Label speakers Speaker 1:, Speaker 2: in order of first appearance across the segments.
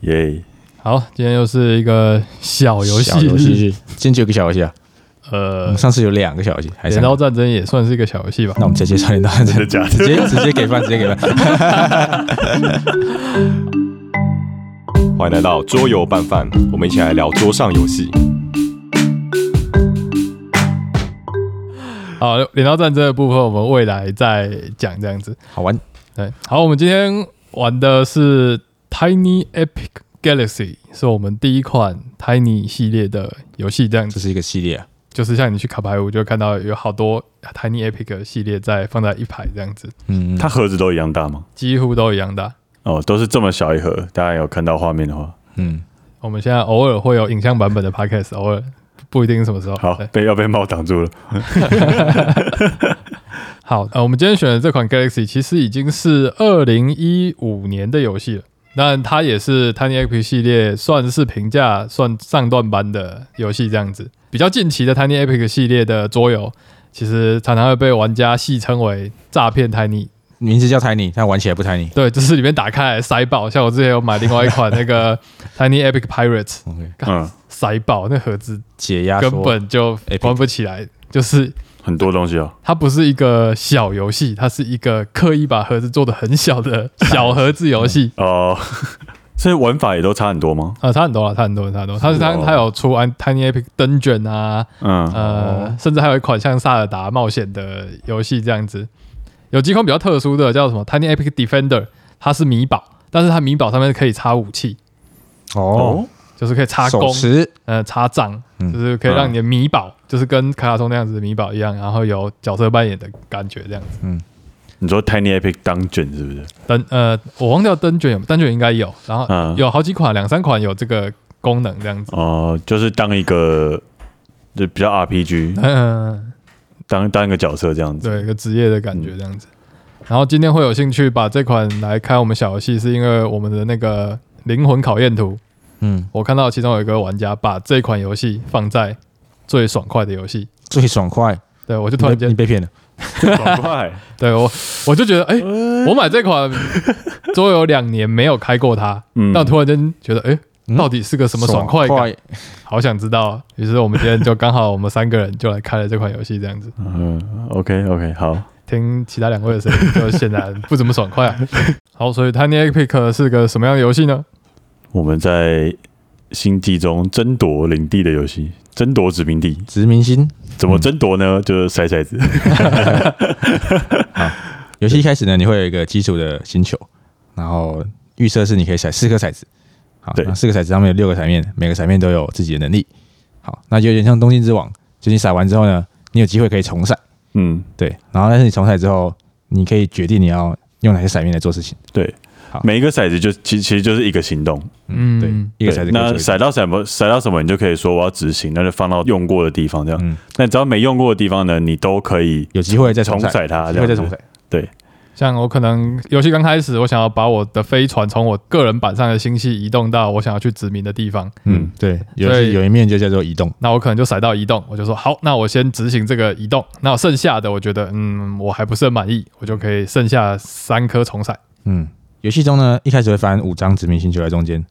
Speaker 1: 耶！
Speaker 2: 好，今天又是一个小游戏
Speaker 3: 小
Speaker 2: 日，
Speaker 3: 游戏 日，今天只有一个小游戏啊，我
Speaker 2: 呃
Speaker 3: 们，上次有两个小游戏，还
Speaker 2: 剪
Speaker 3: 是三
Speaker 2: 刀
Speaker 3: 个
Speaker 2: 战争也算是一个小游戏吧。
Speaker 3: 那我们直接算到 这
Speaker 1: 真的假
Speaker 3: 直
Speaker 1: 的？
Speaker 3: 接 直接给饭，直接给饭。
Speaker 1: 欢迎来到桌游拌饭，我们一起来聊桌上游戏。
Speaker 2: 好，剪刀战争的部分，我们未来再讲这样子。
Speaker 3: 好玩，
Speaker 2: 对，好，我们今天玩的是 Tiny Epic Galaxy，是我们第一款 Tiny 系列的游戏，这样子
Speaker 3: 这是一个系列啊，
Speaker 2: 就是像你去卡牌屋就会看到有好多 Tiny Epic 的系列在放在一排这样子，
Speaker 3: 嗯，
Speaker 1: 它盒子都一样大吗？
Speaker 2: 几乎都一样大。
Speaker 1: 哦，都是这么小一盒。大家有看到画面的话，
Speaker 3: 嗯，
Speaker 2: 我们现在偶尔会有影像版本的 podcast，偶尔不一定是什么时候。
Speaker 1: 好
Speaker 2: 对，
Speaker 1: 被要被猫挡住了。
Speaker 2: 好，呃，我们今天选的这款 Galaxy 其实已经是二零一五年的游戏了，那它也是 Tiny Epic 系列算是评价算上段班的游戏这样子。比较近期的 Tiny Epic 系列的桌游，其实常常会被玩家戏称为“诈骗 Tiny”。
Speaker 3: 名字叫 Tiny，但玩起来不 Tiny。
Speaker 2: 对，就是里面打开来塞爆，像我之前有买另外一款那个 Tiny Epic Pirates，
Speaker 3: OK，
Speaker 1: 嗯，
Speaker 2: 塞爆那盒子
Speaker 3: 解压
Speaker 2: 根
Speaker 3: 缩
Speaker 2: 本就
Speaker 3: Epic
Speaker 2: 关不起来，就是
Speaker 1: 很多东西哦。
Speaker 2: 它不是一个小游戏，它是一个刻意把盒子做的很小的小盒子游
Speaker 3: 嗯
Speaker 2: 戏。
Speaker 1: 哦， 所以玩法也都差很多吗？
Speaker 2: 啊、差很多了，差很多，差很多。它是它
Speaker 1: 哦
Speaker 2: 它有出安 Tiny Epic 灯卷啊，
Speaker 1: 嗯，
Speaker 3: 哦
Speaker 2: 呃，甚至还有一款像萨尔达冒险的游戏这样子。有几款比较特殊的叫什么 Tiny Epic Defender，它是米宝，但是它米宝上面可以插武器，
Speaker 3: 哦，，
Speaker 2: 就是可以插
Speaker 3: 手
Speaker 2: 弓，
Speaker 3: 持
Speaker 2: 呃，插杖，
Speaker 3: 嗯
Speaker 2: 就是可以让你的米宝，就是跟卡卡松那样子的米宝一样，然后有角色扮演的感觉这样子。
Speaker 1: 你说 Tiny Epic 当卷是不是？
Speaker 2: 灯呃，我忘掉灯卷有，灯卷应该有，然后
Speaker 3: 啊
Speaker 1: 嗯
Speaker 2: 有好几款，两三款有这个功能这样子。
Speaker 1: 哦，就是当一个就比较 RPG，
Speaker 2: 嗯，
Speaker 1: 当当一个角色这样子。
Speaker 2: 对，一个职业的感
Speaker 3: 嗯
Speaker 2: 觉这样子。然后今天会有兴趣把这款来开我们小游戏，是因为我们的那个灵魂考验图，
Speaker 3: 嗯，
Speaker 2: 我看到其中有一个玩家把这款游戏放在最爽快的游戏，
Speaker 3: 最爽快。
Speaker 2: 对我就突
Speaker 3: 你
Speaker 2: 然
Speaker 3: 被
Speaker 2: 间
Speaker 3: 你被骗了，
Speaker 1: 爽快，
Speaker 2: 对我我就觉得，哎、我买这 款桌游两年没有开过它，
Speaker 1: 嗯
Speaker 2: 但突然间觉得，哎、
Speaker 3: 嗯
Speaker 2: 到底是个什么爽快感？
Speaker 3: 快？
Speaker 2: 好想知道啊。于是我们今天就刚好我们三个人就来开了这款游戏，这样子。
Speaker 1: 嗯，OK OK，好，
Speaker 2: 听其他两位的声音，就显然不怎么爽 快啊。好，所以 Tiny Epic 是个什么样的游戏呢？
Speaker 1: 我们在星际中争夺领地的游戏，争夺殖民地，
Speaker 3: 殖民星
Speaker 1: 怎么争夺呢？就是筛骰子。
Speaker 3: 游戏一开始呢，你会有一个基础的星球，然后预设是你可以骰四颗骰子，好，
Speaker 1: 对
Speaker 3: 那四个骰子上面有六个骰面，每个骰面都有自己的能力，好，那就有点像东京之王，就你骰完之后呢，你有机会可以重骰，
Speaker 1: 嗯，
Speaker 3: 对，然后但是你重骰之后，你可以决定你要用哪些骰面来做事情，
Speaker 1: 对
Speaker 3: 好，
Speaker 1: 每一个骰子就其其实就是一个行动。
Speaker 2: 嗯
Speaker 3: 对，一个骰
Speaker 1: 对
Speaker 3: 子可以
Speaker 1: 那
Speaker 3: 做一个
Speaker 1: 骰到什么，骰到什么，你就可以说我要执行，那就放到用过的地方这样。
Speaker 3: 嗯
Speaker 1: 那只要没用过的地方呢，你都可以
Speaker 3: 有机会再重
Speaker 1: 重
Speaker 3: 骰，
Speaker 1: 骰它，这
Speaker 3: 有机会
Speaker 1: 样
Speaker 3: 再
Speaker 1: 子
Speaker 3: 重骰，
Speaker 1: 对，
Speaker 2: 像我可能游戏刚开始，我想要把我的飞船从我个人版上的星系移动到我想要去殖民的地方，
Speaker 3: 嗯，对，有
Speaker 2: 所以
Speaker 3: 有一面就叫做移动，
Speaker 2: 那我可能就甩到移动，我就说好，那我先执行这个移动，那剩下的我觉得嗯我还不是很满意，我就可以剩下三颗重骰。
Speaker 3: 嗯，游戏中呢，一开始会翻五张殖民星球在中间。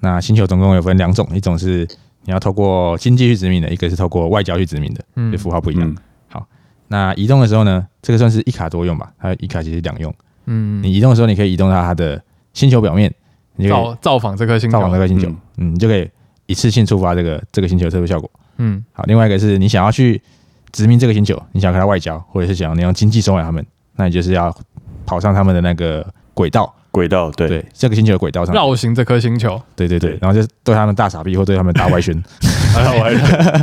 Speaker 3: 那星球总共有分两种，一种是你要透过经济去殖民的，一个是透过外交去殖民的，
Speaker 2: 嗯
Speaker 3: 这符号不一样。
Speaker 1: 嗯，
Speaker 3: 那移动的时候呢，这个算是一卡多用吧？它一卡其实两用。
Speaker 2: 嗯，
Speaker 3: 你移动的时候，你可以移动到它的星球表面，你就可
Speaker 2: 造
Speaker 3: 以
Speaker 2: 造访这颗星
Speaker 3: 造访这
Speaker 2: 球，
Speaker 3: 个星球
Speaker 1: 嗯，
Speaker 3: 嗯，你就可以一次性触发这个这个星球的特殊效果。
Speaker 2: 嗯
Speaker 3: 好，另外一个是你想要去殖民这个星球，你想要跟它外交，或者是想要你用经济收买他们，那你就是要跑上他们的那个轨道，
Speaker 1: 轨道对，
Speaker 3: 对，这个星球的轨道上，
Speaker 2: 绕行这颗星球，
Speaker 3: 对对对
Speaker 1: 对，
Speaker 3: 然后就对他们大傻逼或对他们大外宣，
Speaker 1: 还 好玩。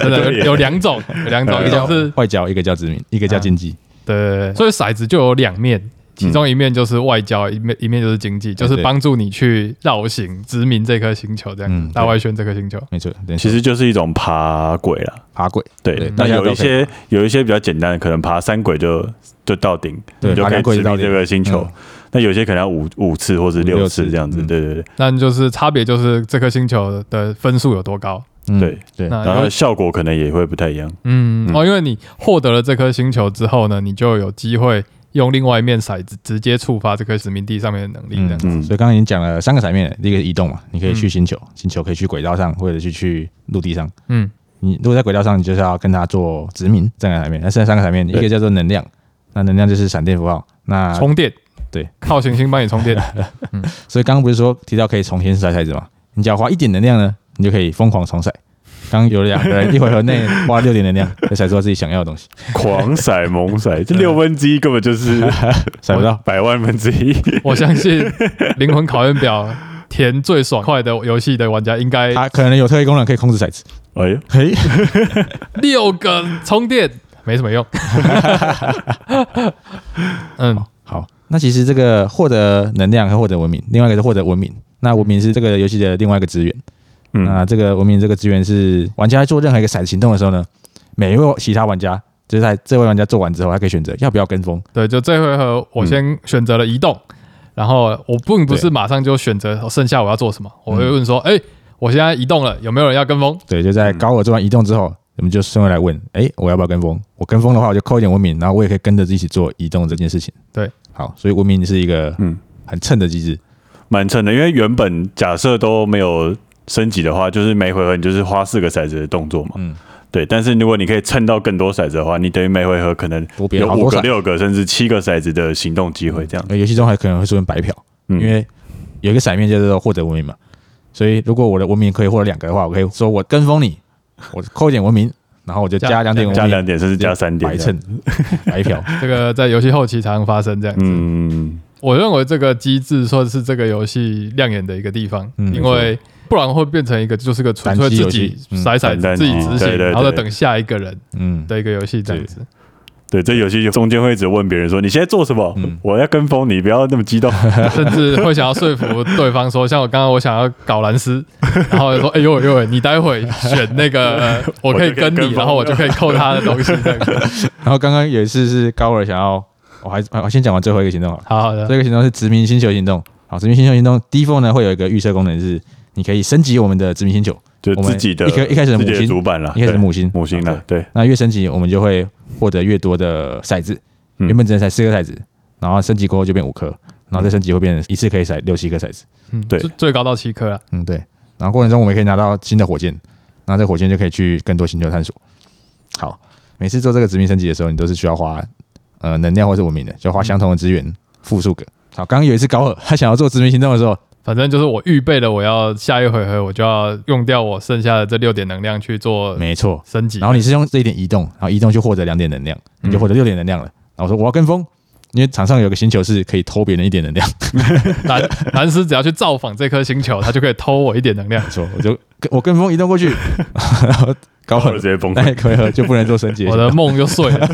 Speaker 2: 真的
Speaker 1: 对耶
Speaker 2: 有有两种，有两种，
Speaker 1: 对
Speaker 2: 一种是
Speaker 3: 外交一个叫殖民，一个叫经济，
Speaker 2: 对对对，所以骰子就有两面，其中一面就是外交，一面一面就是经济，就是
Speaker 3: 对
Speaker 2: 帮助你去绕行殖民这颗星球，这样子
Speaker 3: 嗯
Speaker 2: 大外宣这颗星球。
Speaker 3: 没错，对
Speaker 1: 其实就是一种爬轨啦。
Speaker 3: 爬轨，
Speaker 1: 对
Speaker 3: 对，
Speaker 1: 那
Speaker 3: 大家
Speaker 1: 有
Speaker 3: 都
Speaker 1: 一
Speaker 3: 可以
Speaker 1: 些有一些比较简单的，可能爬三轨就就到顶，
Speaker 3: 对
Speaker 1: 你就
Speaker 3: 爬
Speaker 1: 可以
Speaker 3: 两轨
Speaker 1: 殖
Speaker 3: 就到
Speaker 1: 民这
Speaker 3: 顶
Speaker 1: 个星球
Speaker 3: 嗯。
Speaker 1: 那有些可能要五五次或者
Speaker 3: 五六
Speaker 1: 六次
Speaker 3: 次
Speaker 1: 这样子，
Speaker 3: 嗯
Speaker 1: 对对对。
Speaker 2: 那就是差别就是这颗星球的分数有多高。
Speaker 3: 嗯
Speaker 1: 对
Speaker 3: 对，
Speaker 2: 那
Speaker 1: 然
Speaker 2: 因
Speaker 1: 后
Speaker 2: 为
Speaker 1: 效果可能也会不太一样。
Speaker 2: 嗯
Speaker 1: 嗯
Speaker 2: 哦，因为你获得了这颗星球之后呢，你就有机会用另外一面骰子直接触发这颗殖民地上面的能力这样子。
Speaker 1: 嗯
Speaker 3: 所以刚刚已经讲了三个层面了，第一个是移动嘛，你可以去
Speaker 2: 嗯
Speaker 3: 星球，星球可以去轨道上，或者是去陆地上。
Speaker 2: 嗯
Speaker 3: 你如果在轨道上，你就是要跟它做殖民，三个层面。那剩下三个层面，一
Speaker 1: 对
Speaker 3: 个叫做能量，那能量就是闪电符号。那
Speaker 2: 充电，
Speaker 3: 对，
Speaker 2: 靠行星帮你充电。
Speaker 3: 所以刚刚不是说提到可以重新甩骰子吗？你只要花一点能量呢，你就可以疯狂重骰。刚刚有两个人一回合内花六点能量，就骰出自己想要的东西，
Speaker 1: 狂甩猛甩，这六分之一根本就是
Speaker 3: 骰不到。
Speaker 1: 百万分之 一。
Speaker 2: 我相信灵魂考验表填最爽快的游戏的玩家，应该
Speaker 3: 它可能有特异功能可以控制骰子。
Speaker 1: 哎呀，
Speaker 3: 嘿，
Speaker 2: 六个充电没什么用。嗯，
Speaker 3: 好， 那其实这个获得能量和获得文明，另外一个是获得文明。那文明是这个游戏的另外一个资源。
Speaker 1: 嗯，
Speaker 3: 那这个文明这个资源是玩家在做任何一个骰子行动的时候呢，每一位其他玩家，就是在这位玩家做完之后，他可以选择要不要跟风。
Speaker 2: 对，就这回合我先选择了移动，然后我并不是
Speaker 3: 对
Speaker 2: 马上就选择剩下我要做什么，我会问说，哎、我现在移动了，有没有人要跟风？
Speaker 3: 对，就在
Speaker 1: 嗯
Speaker 3: 高尔做完移动之后，我们就顺位来问，哎、我要不要跟风？我跟风的话，我就扣一点文明，然后我也可以跟着一起做移动这件事情。
Speaker 2: 对，
Speaker 3: 好，所以文明是一个
Speaker 1: 嗯
Speaker 3: 很蹭的机制。
Speaker 1: 蛮称的，因为原本假设都没有升级的话，就是每回合你就是花四个骰子的动作嘛。
Speaker 3: 嗯
Speaker 1: 对，但是如果你可以蹭到更多骰子的话，你等于每回合可能
Speaker 3: 多别
Speaker 1: 有
Speaker 3: 好
Speaker 1: 五
Speaker 3: 多
Speaker 1: 个、
Speaker 3: 彩，
Speaker 1: 六个甚至七个骰子的行动机会，这样。
Speaker 3: 呃游戏中还可能会出现白嫖，
Speaker 1: 嗯
Speaker 3: 因为有一个骰面叫做获得文明嘛。所以如果我的文明可以获得两个的话，我可以说我跟风你，我扣一点文明，然后我就
Speaker 2: 加
Speaker 3: 加两点文明，
Speaker 1: 加两点甚至加三点
Speaker 3: 嗯白
Speaker 1: 这样，
Speaker 3: 蹭 白嫖。
Speaker 2: 这个在游戏后期常常发生这样子。
Speaker 1: 嗯，
Speaker 2: 我认为这个机制算是这个游戏亮眼的一个地方，
Speaker 3: 嗯
Speaker 2: 因为不然会变成一个就是个纯粹自己
Speaker 3: 单机游戏嗯
Speaker 2: 甩骰
Speaker 1: 单
Speaker 2: 子、
Speaker 1: 单
Speaker 2: 自己
Speaker 1: 哦
Speaker 2: 执
Speaker 1: 对
Speaker 2: 行，
Speaker 1: 对对
Speaker 2: 然后再等下一个人
Speaker 3: 嗯，
Speaker 2: 的一个游戏这样子。
Speaker 1: 对，这游戏就中间会一直问别人说你现在做什么？
Speaker 3: 嗯
Speaker 1: 我要跟风你，不要那么激 动。
Speaker 2: 甚至会想要说服对方说，像我刚刚我想要搞蓝斯，然后就说，哎呦呦，你待会选那个，呃我可以
Speaker 1: 我就可
Speaker 2: 跟
Speaker 1: 以跟
Speaker 2: 你，
Speaker 1: 风
Speaker 2: 然后我就可以扣他的东西这样子。
Speaker 3: 然后刚刚有一次是高尔想要，我还我先讲完最后一个行动好了。
Speaker 2: 好好的，
Speaker 3: 这个行动是殖民星球行动。好，殖民星球行动 default 呢会有一个预设功能是，你可以升级我们的殖民星球，
Speaker 1: 就
Speaker 3: 我们
Speaker 1: 自己的
Speaker 3: 一开一开始的
Speaker 1: 自
Speaker 3: 母
Speaker 1: 己的
Speaker 3: 星，
Speaker 1: 主板啦，
Speaker 3: 一开始的母啊星
Speaker 1: 对，母星啦，对，
Speaker 3: 那越升级我们就会获得越多的骰子，
Speaker 1: 嗯
Speaker 3: 原本只能骰四颗骰子，然后升级过后就变五颗，然后再升级会变成一次可以骰六七颗骰子。
Speaker 2: 嗯，
Speaker 1: 对
Speaker 2: 最最高到七颗了。
Speaker 3: 嗯，对。然后过程中我们也可以拿到新的火箭，那这火箭就可以去更多星球探索。好，每次做这个殖民升级的时候，你都是需要花呃能量或是文明的，就花相同的资源复数个。好，刚刚有一次高尔 他想要做殖民行动的时候，
Speaker 2: 反正就是我预备了，我要下一回合我就要用掉我剩下的这六点能量去做
Speaker 3: 没错，
Speaker 2: 升级。
Speaker 3: 然后你是用这一点移动，然后移动就获得两点能量，你就获得六点能量了。然后我说我要跟风，因为场上有个星球是可以偷别人一点能量，
Speaker 2: 蓝 蓝斯只要去造访这颗星球，他就可以偷我一点能量。
Speaker 3: 没错，我就跟我跟风移动过去， 然后高
Speaker 1: 或
Speaker 3: 尔
Speaker 1: 者直接崩
Speaker 3: 那
Speaker 1: 溃。
Speaker 3: 一回合就不能做升哎级了。
Speaker 2: 我的梦就碎了，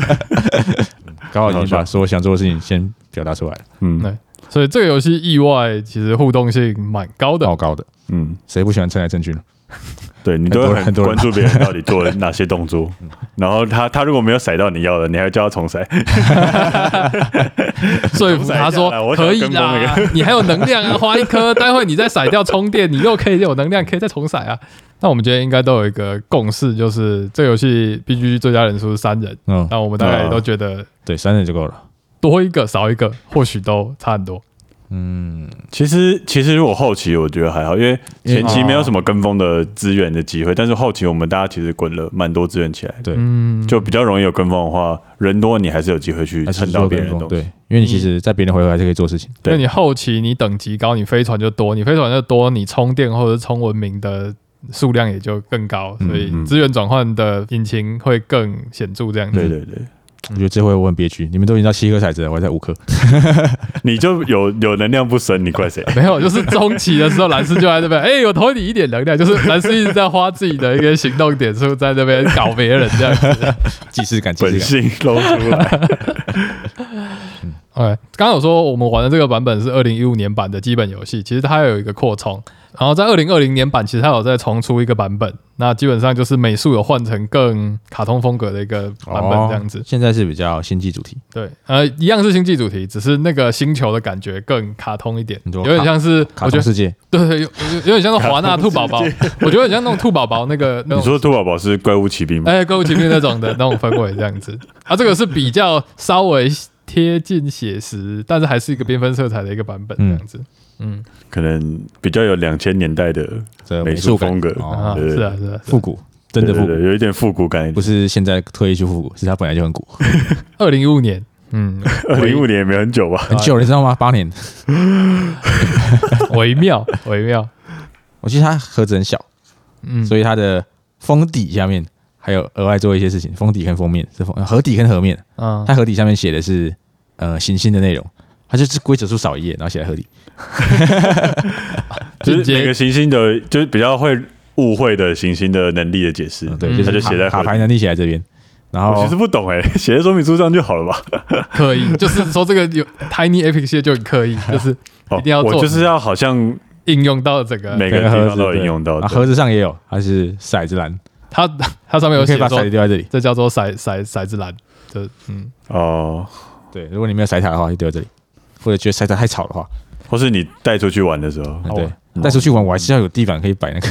Speaker 3: 高尔已经把所有想做的事情先表达出来了，
Speaker 2: 对所以这个游戏意外其实互动性蛮高的
Speaker 3: 爆。高的，
Speaker 1: 嗯，
Speaker 3: 谁不喜欢蹭来蹭去呢？
Speaker 1: 对你都
Speaker 3: 很多
Speaker 1: 会很关
Speaker 3: 人很多人
Speaker 1: 注别人嗯到底做了哪些动 作，然后他他如果没有甩到你要的，你还叫他重甩，
Speaker 2: 说服他说
Speaker 1: 我想我想
Speaker 2: 可以
Speaker 1: 跟风那
Speaker 2: 啦，你还有能量啊，花一颗，待会你再甩掉充电，你又可以有能量，可以再重甩啊。那我们今天应该都有一个共识，就是这个游戏 BGG 最佳人数是三人，
Speaker 3: 嗯，
Speaker 2: 那我们大概都觉得
Speaker 3: 对，三人就够了。
Speaker 2: 多一个少一个或许都差很多。
Speaker 3: 嗯，
Speaker 1: 其实，其实我后期我觉得还好，因为前期没有什么跟风的资源的机会，但是后期我们大家其实滚了蛮多资源起来，
Speaker 3: 对
Speaker 2: 嗯，
Speaker 1: 就比较容易有跟风的话，人多你还是有机会去
Speaker 3: 还是
Speaker 1: 蹭到
Speaker 3: 做
Speaker 1: 别
Speaker 3: 跟
Speaker 1: 人的
Speaker 3: 风，
Speaker 1: 东西。
Speaker 3: 对，因为你其实，
Speaker 2: 嗯
Speaker 3: 在别人回合还是可以做事情。
Speaker 2: 因
Speaker 1: 对
Speaker 2: 为你后期你等级高，你飞船就多，你飞船就多，你充电或者是充文明的数量也就更高，
Speaker 3: 嗯
Speaker 2: 所以
Speaker 1: 嗯
Speaker 2: 资源转换的引擎会更显著。这样子，
Speaker 1: 对对对，
Speaker 3: 我觉得这回我很憋屈，你们都已经到七颗骰子了，我还在 五颗。
Speaker 1: 你就有有能量不升，你怪谁？
Speaker 2: 没有，就是中期的时候，蓝斯就在那边，哎、我投你一点能量，就是蓝斯一直在花自己的一个行动点数在那边搞别人这样子。
Speaker 3: 既视感，既视
Speaker 1: 本
Speaker 3: 感。
Speaker 1: 性露出 来。
Speaker 2: OK，刚哎刚有说我们玩的这个版本是二零一五年版的基本游戏，其实它有一个扩充，然后在二零二零年版其实它有再重出一个版本，那基本上就是美术有换成更卡通风格的一个版本这样子。
Speaker 3: 哦现在是比较星际主题，
Speaker 2: 对，呃，一样是星际主题，只是那个星球的感觉更卡通一点，
Speaker 3: 你
Speaker 2: 有
Speaker 3: 说
Speaker 2: 点像是
Speaker 3: 卡
Speaker 2: 我觉
Speaker 3: 通
Speaker 2: 得
Speaker 3: 世界，
Speaker 2: 对对，有有有点像是华纳兔 宝宝，我觉得很像那种兔宝宝那个那
Speaker 1: 你
Speaker 2: 种
Speaker 1: 说兔宝宝
Speaker 2: 哎
Speaker 1: 是怪物骑兵吗？
Speaker 2: 哎，歌舞伎町那种的那种氛围这样子啊，这个是比较稍微贴近写实，但是还是一个缤纷色彩的一个版本这样子。嗯，
Speaker 1: 可能比较有两千年代的
Speaker 3: 这
Speaker 1: 美
Speaker 3: 术
Speaker 1: 术
Speaker 3: 感
Speaker 1: 风格，
Speaker 3: 哦
Speaker 2: 啊，
Speaker 1: 对对
Speaker 2: 是啊，是啊。
Speaker 3: 复古，真的
Speaker 1: 对
Speaker 3: 复
Speaker 1: 对
Speaker 3: 古，
Speaker 1: 对有一点复古感。
Speaker 3: 不是现在特意去复古，是它本来 就很古，
Speaker 2: 啊二零一五年，嗯，
Speaker 1: 二零一五年也没很久吧？
Speaker 3: 很久了，你知道吗？八年，
Speaker 2: 微妙，微妙，
Speaker 3: 我记得它盒子很小，
Speaker 2: 嗯，
Speaker 3: 所以它的封底下面还有额外做一些事情，封底跟封面是封呃盒底跟盒面，
Speaker 2: 嗯，
Speaker 3: 它盒底下面写的是呃行星的内容，它就是规则书少一页，然后写在盒底，
Speaker 1: 就
Speaker 2: 进
Speaker 1: 是每
Speaker 2: 阶
Speaker 1: 个行星的，就是比较会误会的行星的能力的解释
Speaker 3: 嗯，。对，
Speaker 2: 嗯
Speaker 3: 就
Speaker 1: 它
Speaker 3: 是
Speaker 1: 就写在盒
Speaker 3: 卡卡
Speaker 1: 子
Speaker 3: 牌能力写在这边，然
Speaker 1: 我
Speaker 3: 后
Speaker 1: 其实不懂哎， 写在说明书上就好了吧？
Speaker 2: 刻意，就是说这个有 Tiny Epic 系列就很刻 意，就是
Speaker 1: 哦
Speaker 2: 一定要做
Speaker 1: 我就是要好像
Speaker 2: 应用到整个
Speaker 1: 每
Speaker 3: 整
Speaker 1: 个
Speaker 3: 个
Speaker 1: 地
Speaker 3: 盒
Speaker 1: 方
Speaker 3: 子
Speaker 1: 都有
Speaker 3: 对
Speaker 1: 应用到
Speaker 3: 然后
Speaker 1: 的。
Speaker 3: 盒子上也有，它是骰子篮，
Speaker 2: 它它上面有
Speaker 3: 你可
Speaker 2: 写
Speaker 3: 以把骰子
Speaker 2: 说，
Speaker 3: 丢在这里，
Speaker 2: 这叫做骰骰骰子篮，这 嗯，
Speaker 1: 哦，
Speaker 3: 对，如果你没有骰塔的话，就丢在这里，或者觉得骰塔太吵的话，
Speaker 1: 或是你带出去玩的时候，哦
Speaker 3: 嗯
Speaker 2: 好
Speaker 3: 对
Speaker 2: 玩，
Speaker 3: 带出去玩我还是要有地板可以摆那个，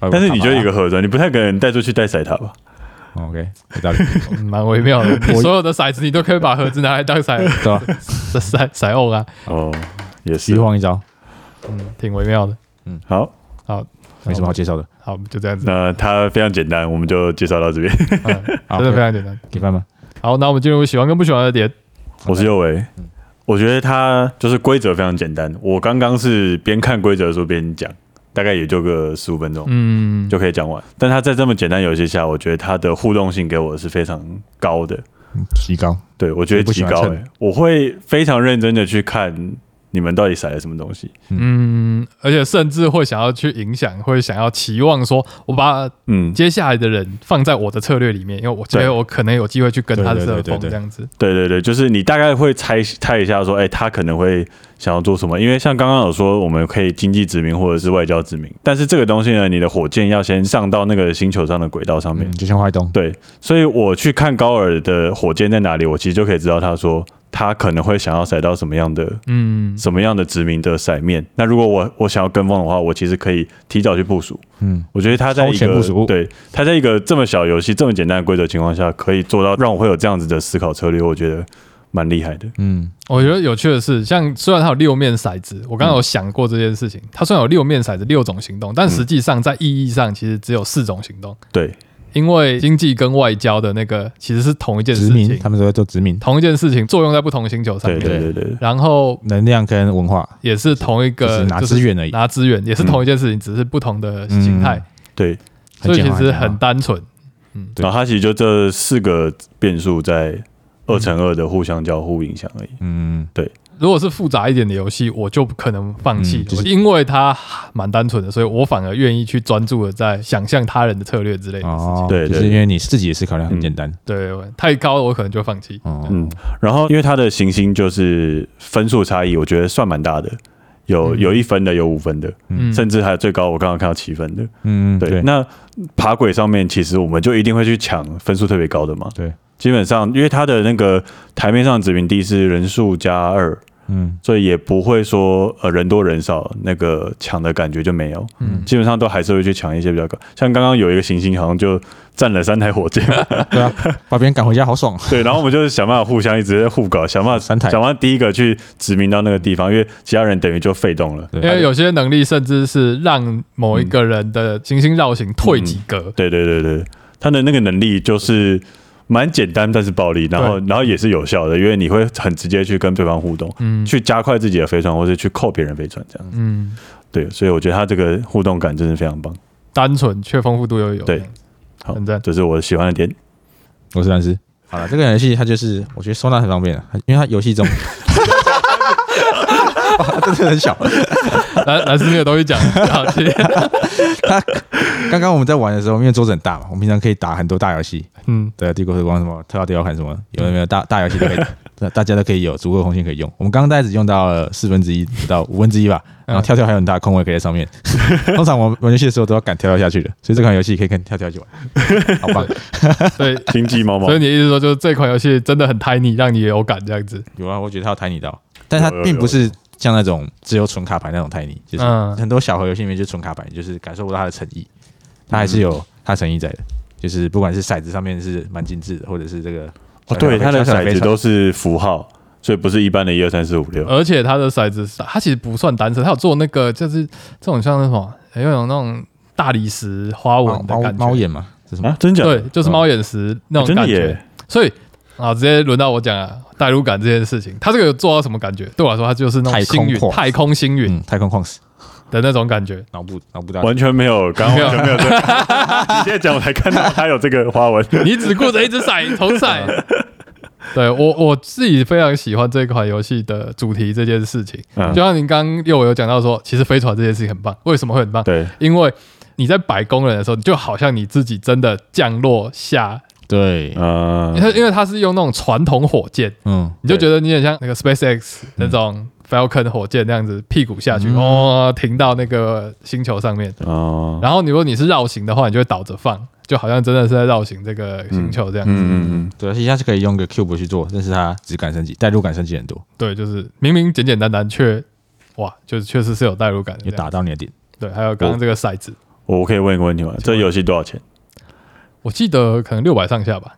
Speaker 3: 摆我
Speaker 1: 但是
Speaker 3: 卡
Speaker 1: 你
Speaker 3: 牌
Speaker 1: 就一
Speaker 3: 啊
Speaker 1: 个盒子，你不太可能带出去带骰塔吧？
Speaker 3: 哦，OK，有道理，
Speaker 2: 嗯蛮微妙的。你所有的骰子，你都可以把盒子拿来当骰
Speaker 3: 对吧？
Speaker 2: 骰骰骰偶啊，
Speaker 1: 哦，也
Speaker 3: 虚
Speaker 1: 是。
Speaker 3: 晃一招，
Speaker 2: 嗯，挺微妙的。
Speaker 1: 好，
Speaker 2: 好，
Speaker 3: 没什么好介绍的，
Speaker 2: 好，就这样子，
Speaker 1: 那它非常简单，我们就介绍到这边。
Speaker 2: 嗯，
Speaker 3: 好
Speaker 2: 真的非常简单。
Speaker 3: 给饭吗？
Speaker 2: 好，那我们进入喜欢跟不喜欢的嗯点。
Speaker 1: 我是右维，我觉得它就是规则非常简单。我刚刚是边看规则的时候边讲，大概也就个十五分钟。
Speaker 2: 嗯，
Speaker 1: 就可以讲完，但它在这么简单游戏下，我觉得它的互动性给我是非常高的。
Speaker 3: 提高，
Speaker 1: 对，我觉得极高、
Speaker 3: 我不喜欢
Speaker 1: 欸，我会非常认真的去看你们到底甩了什么东西。
Speaker 2: 嗯，而且甚至会想要去影响，会想要期望说，我把
Speaker 1: 嗯，
Speaker 2: 接下来的人放在我的策略里面，因为我觉
Speaker 1: 对
Speaker 2: 得我可能有机会去跟他
Speaker 3: 对对
Speaker 2: 射
Speaker 3: 对对
Speaker 2: 风
Speaker 3: 对
Speaker 2: 这样子。
Speaker 1: 对对对，就是你大概会猜猜一下说，哎、他可能会想要做什么？因为像刚刚有说，我们可以经济殖民或者是外交殖民，但是这个东西呢，你的火箭要先上到那个星球上的轨道上面。
Speaker 3: 嗯，就像坏东，
Speaker 1: 对，所以我去看高尔的火箭在哪里，我其实就可以知道他说他可能会想要甩到什么样的
Speaker 2: 嗯
Speaker 1: 什么样的殖民的骰面。那如果我我想要跟风的话，我其实可以提早去部署。
Speaker 3: 嗯，
Speaker 1: 我觉得他在一
Speaker 3: 超前部署
Speaker 1: 个对他在一个这么小游戏这么简单的规则情况下，可以做到让我会有这样子的思考策略，我觉得蛮厉害的。
Speaker 3: 嗯，
Speaker 2: 我觉得有趣的是，像虽然它有六面骰子，我
Speaker 3: 嗯
Speaker 2: 刚刚有想过这件事情，它虽然有六面骰子六种行动，但实际上在意义上其实只有四种行动，
Speaker 1: 对，
Speaker 2: 因为经济跟外交的那个其实是同一件事
Speaker 3: 殖民，
Speaker 2: 情
Speaker 3: 他，们都在做殖民，
Speaker 2: 同一件事情作用在不同星球上
Speaker 1: 对
Speaker 2: 面，
Speaker 1: 对对对对
Speaker 2: 然后
Speaker 3: 能量跟文化，
Speaker 2: 也是同一
Speaker 3: 只
Speaker 2: 个
Speaker 3: 是拿
Speaker 2: 就是
Speaker 3: 资源而已，
Speaker 2: 拿资源，也是
Speaker 3: 嗯
Speaker 2: 同一件事情，只是不同的形态，
Speaker 1: 对。
Speaker 3: 很
Speaker 2: 所以
Speaker 3: 简
Speaker 2: 其
Speaker 3: 化
Speaker 2: 实
Speaker 3: 简化
Speaker 2: 很单纯。
Speaker 3: 对
Speaker 1: 然后它其实就这四个变数在二乘二的互相交互影响而已。
Speaker 3: 嗯，
Speaker 2: 如果是复杂一点的游戏，我就不可能放弃，
Speaker 3: 嗯就是
Speaker 2: 因为它蛮单纯的，所以我反而愿意去专注的在想象他人的策略之类的事情。
Speaker 3: 哦，
Speaker 1: 对
Speaker 3: 就是
Speaker 1: 对
Speaker 3: 因为你自己的思考量很简单，
Speaker 2: 对，太高了我可能就放弃。
Speaker 3: 哦，
Speaker 1: 嗯，然后因为它的行星就是分数差异，我觉得算蛮大的，有
Speaker 2: 嗯
Speaker 1: 有一分的，有五分的，
Speaker 2: 嗯，
Speaker 1: 甚至还有最高我刚刚看到七分的。
Speaker 3: 嗯，
Speaker 1: 对，
Speaker 3: 对，
Speaker 1: 那爬轨上面其实我们就一定会去抢分数特别高的嘛。
Speaker 3: 对，
Speaker 1: 基本上因为它的那个台面上殖民地是人数加二，
Speaker 3: 嗯，
Speaker 1: 所以也不会说呃人多人少那个抢的感觉就没有。
Speaker 2: 嗯
Speaker 1: 基本上都还是会去抢一些比较高，像刚刚有一个行星好像就占了三台火箭，
Speaker 3: 对啊，把别人赶回家好爽，
Speaker 1: 对，然后我们就是想办法互相一直在互搞，想办法
Speaker 3: 三台
Speaker 1: 想办法第一个去殖民到那个地方，因为其他人等于就废动了。
Speaker 3: 对
Speaker 2: 因为有些能力甚至是让某一
Speaker 3: 嗯
Speaker 2: 个人的行星绕行退几格，
Speaker 1: 对对对对，他的那个能力就是蛮简单，但是暴力，然后然后也是有效的，因为你会很直接去跟对方互动，
Speaker 2: 嗯
Speaker 1: 去加快自己的飞船，或是去扣别人飞船这样。
Speaker 2: 嗯，
Speaker 1: 对，所以我觉得他这个互动感真的非常棒。
Speaker 2: 单纯却丰富度又有，
Speaker 1: 对
Speaker 2: 这样子，
Speaker 1: 好
Speaker 2: 很赞，
Speaker 1: 这是我喜欢的点。
Speaker 3: 我是蓝斯。好了，这个游戏它就是，我觉得收纳很方便，啊因为它游戏中 哇真的很小。
Speaker 2: 蓝蓝斯没有东西讲，好，谢谢，
Speaker 3: 刚刚我们在玩的时候，因为桌子很大嘛，我们平常可以打很多大游戏，
Speaker 2: 嗯
Speaker 3: 对啊，帝国时光什么特效地要看什么，有没有大大游戏 都可以，大大家都可以有足够的空间可以用。我们刚刚大概只用到了四分之一不到五分之一吧，
Speaker 1: 嗯
Speaker 3: 然后跳跳还有很大的空位可以在 上面。通常我们玩游戏的时候都要赶跳跳下去的，
Speaker 1: 嗯
Speaker 3: 所以这款游戏可以跟跳跳一起玩，好棒！
Speaker 2: 所以
Speaker 1: 经济 猫猫
Speaker 2: 所以你的意思说，就是这款游戏真的很 tiny，让你有感这样子，
Speaker 3: 有啊，我觉得它要抬你到，但它
Speaker 1: 有有
Speaker 3: 并不是像那种只有纯卡牌那种抬你，就是
Speaker 2: 嗯
Speaker 3: 很多小盒游戏里面就是纯卡牌，就是感受不到它的诚意，它还是有
Speaker 1: 嗯
Speaker 3: 它的诚意在的，就是不管是骰子上面是蛮精致的，或者是这个
Speaker 1: 哦，对，
Speaker 3: 小小
Speaker 1: 它的
Speaker 3: 小小
Speaker 1: 骰
Speaker 3: 飞
Speaker 1: 子
Speaker 3: 船
Speaker 1: 都是符号，所以不是一般的一二三四五六。
Speaker 2: 而且它的骰子是，它其实不算单色，它有做那个就是这种像那什么，有一种那种大理石花
Speaker 3: 猫
Speaker 1: 哦
Speaker 2: 纹的
Speaker 3: 哦猫
Speaker 2: 感觉，
Speaker 3: 猫眼嗯哎嘛，是什么？
Speaker 1: 啊，真假？
Speaker 2: 对，就是猫眼石那种
Speaker 1: 真
Speaker 2: 感
Speaker 1: 的
Speaker 2: 觉。
Speaker 1: 耶！
Speaker 2: 所以啊，直接轮到我讲啊，代入感这件事情，它这个有做到什么感觉？对我来说，它就是那种
Speaker 3: 太
Speaker 2: 星
Speaker 3: 空
Speaker 2: 云、
Speaker 3: 旷
Speaker 2: 太空星云
Speaker 3: 嗯，太空旷世，
Speaker 2: 的那种感觉。
Speaker 3: 脑部脑部大
Speaker 1: 完全没有，刚刚完全没有 这个。 你现在讲，我才看到它有这个花纹。
Speaker 2: 你只顾着一只骰头
Speaker 3: 嗯
Speaker 2: 骰。 对我我自己非常喜欢这款游戏的主题这件事情，
Speaker 1: 嗯
Speaker 2: 就像您刚又有讲到说，其实飞船这件事情很棒，为什么会很棒？
Speaker 1: 对，
Speaker 2: 因为你在摆工人的时候，你就好像你自己真的降落下，
Speaker 3: 对，
Speaker 1: 嗯
Speaker 2: 因，为因为它是用那种传统火箭，
Speaker 3: 嗯，
Speaker 2: 你就觉得你很像那
Speaker 1: 嗯
Speaker 2: 个 SpaceX 那种 Falcon 火箭那样子，屁股下去，
Speaker 1: 嗯
Speaker 2: 哦，停到那个星球上面。
Speaker 1: 哦，
Speaker 2: 然后你如果你是绕行的话，你就会倒着放，就好像真的是在绕行这个星球这样子。
Speaker 1: 嗯嗯
Speaker 3: 对，而且它是可以用个 cube 去做，但是它质感升级，代入感升级很多，
Speaker 2: 对，就是明明简简单单，却哇，就是确实是有代入感的
Speaker 3: 也
Speaker 2: 这样。
Speaker 3: 打到你的点。
Speaker 2: 对，还有刚刚这个骰子，
Speaker 1: 嗯，我可以问一个问题吗？这游戏多少钱？
Speaker 2: 我记得可能六百上下吧，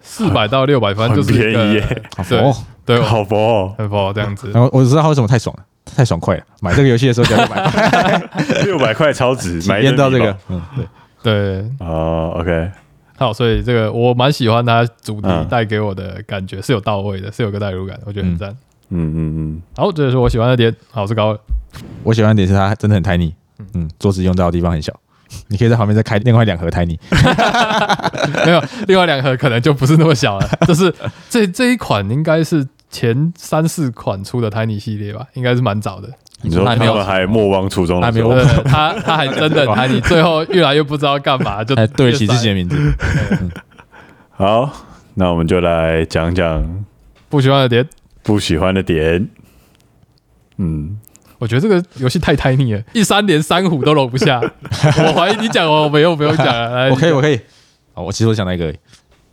Speaker 2: 四百到六百，反正就是一个
Speaker 1: 很便宜耶
Speaker 3: 好
Speaker 2: 对
Speaker 3: 哦，
Speaker 2: 对，
Speaker 1: 好薄哦，
Speaker 2: 很薄这样子。
Speaker 3: 然后我知道它为什么太爽了，太爽快 了。买这个游戏的时候就要买，
Speaker 1: 六百块超 值，买一
Speaker 3: 验
Speaker 1: 根
Speaker 3: 到
Speaker 1: 礼
Speaker 3: 这个
Speaker 1: 包。，
Speaker 3: 嗯，对，
Speaker 2: 对，
Speaker 1: 哦，OK，
Speaker 2: 好，所以这个我蛮喜欢它主题
Speaker 1: 嗯
Speaker 2: 带给我的感觉是有到位的，是有个代入感，我觉得很赞。
Speaker 1: 嗯嗯
Speaker 2: 好，这就是我喜欢的点。好，我是高二。
Speaker 3: 我喜欢的点是它真的很 tiny，嗯，桌子用到的地方很小，你可以在旁边再开另外两盒 tiny，
Speaker 2: 没有，另外两盒可能就不是那么小了。就是这这一款应该是前三四款出的 Tiny 系列吧，应该是蛮早的。
Speaker 1: 嗯，你说
Speaker 3: 还
Speaker 1: 他
Speaker 3: 没有
Speaker 1: 们还莫忘初衷的时候，
Speaker 3: 还哦没
Speaker 2: 对，他他还真 的 Tiny，最后越来越不知道干嘛，就
Speaker 3: 还 哎对得起自己的名字。
Speaker 1: 好，那我们就来讲讲
Speaker 2: 不喜欢的点。
Speaker 1: 不喜欢的点。嗯，
Speaker 2: 我觉得这个游戏太 Tiny 了，一三连三虎都容不 下。我怀疑你讲完，我们又不用讲啊了。来
Speaker 3: 我可以，我可以。好，我其实我想到一个而已，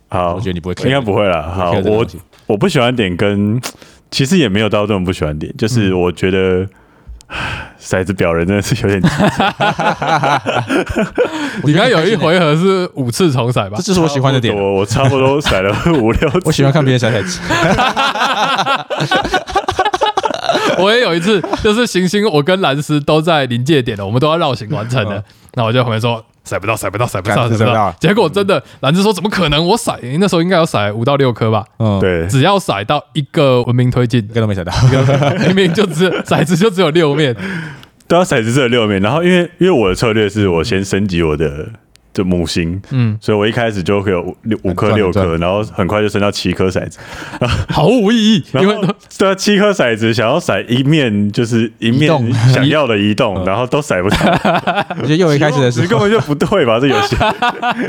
Speaker 1: 好，
Speaker 3: 我觉得你不会 care，
Speaker 1: 应该不会啦。好，
Speaker 3: care 这个
Speaker 1: 我
Speaker 3: 东西
Speaker 1: 我不喜欢点跟其实也没有到这么不喜欢点，就是
Speaker 3: 嗯
Speaker 1: 我觉得。 唉骰子表人真的是有 点，
Speaker 2: 你刚刚有一回合是五次重骰吧
Speaker 3: 这？就是我喜欢的点。啊
Speaker 1: 我我差不多骰了五六次，
Speaker 3: 我喜欢看别人甩骰子，
Speaker 2: 我也有一次，就是行星，我跟蓝斯都在临界点了，我们都要绕行完成了
Speaker 3: 嗯。
Speaker 2: 那我就在旁边说甩不到，甩不到，甩不到，
Speaker 3: 干
Speaker 2: 甩不
Speaker 3: 甩不
Speaker 2: 到
Speaker 3: 到。
Speaker 2: 结果真的，蓝斯说怎么可能？我甩那时候应该有甩五到六颗吧，
Speaker 3: 嗯，，
Speaker 1: 对，
Speaker 2: 只要甩到一个文明推进
Speaker 3: 一，个都没 甩到。
Speaker 2: 明明就只骰子就只有六 面，
Speaker 1: 都啊要骰子这六面。然后因为因为我的策略是我先升级我的的母星，
Speaker 2: 嗯，
Speaker 1: 所以我一开始就会有五六五颗
Speaker 3: 很赚
Speaker 1: 六
Speaker 3: 很
Speaker 1: 颗，然后很快就升到七颗骰子，
Speaker 2: 毫无意义，
Speaker 1: 然
Speaker 2: 因为
Speaker 1: 后对啊，七颗骰子想要骰一面就是一
Speaker 3: 移
Speaker 1: 面
Speaker 3: 动
Speaker 1: 想要的移动，然后都骰不上。
Speaker 3: 我觉得又一开始的 时
Speaker 1: 根
Speaker 3: 候，
Speaker 1: 本就不对吧？这游 戏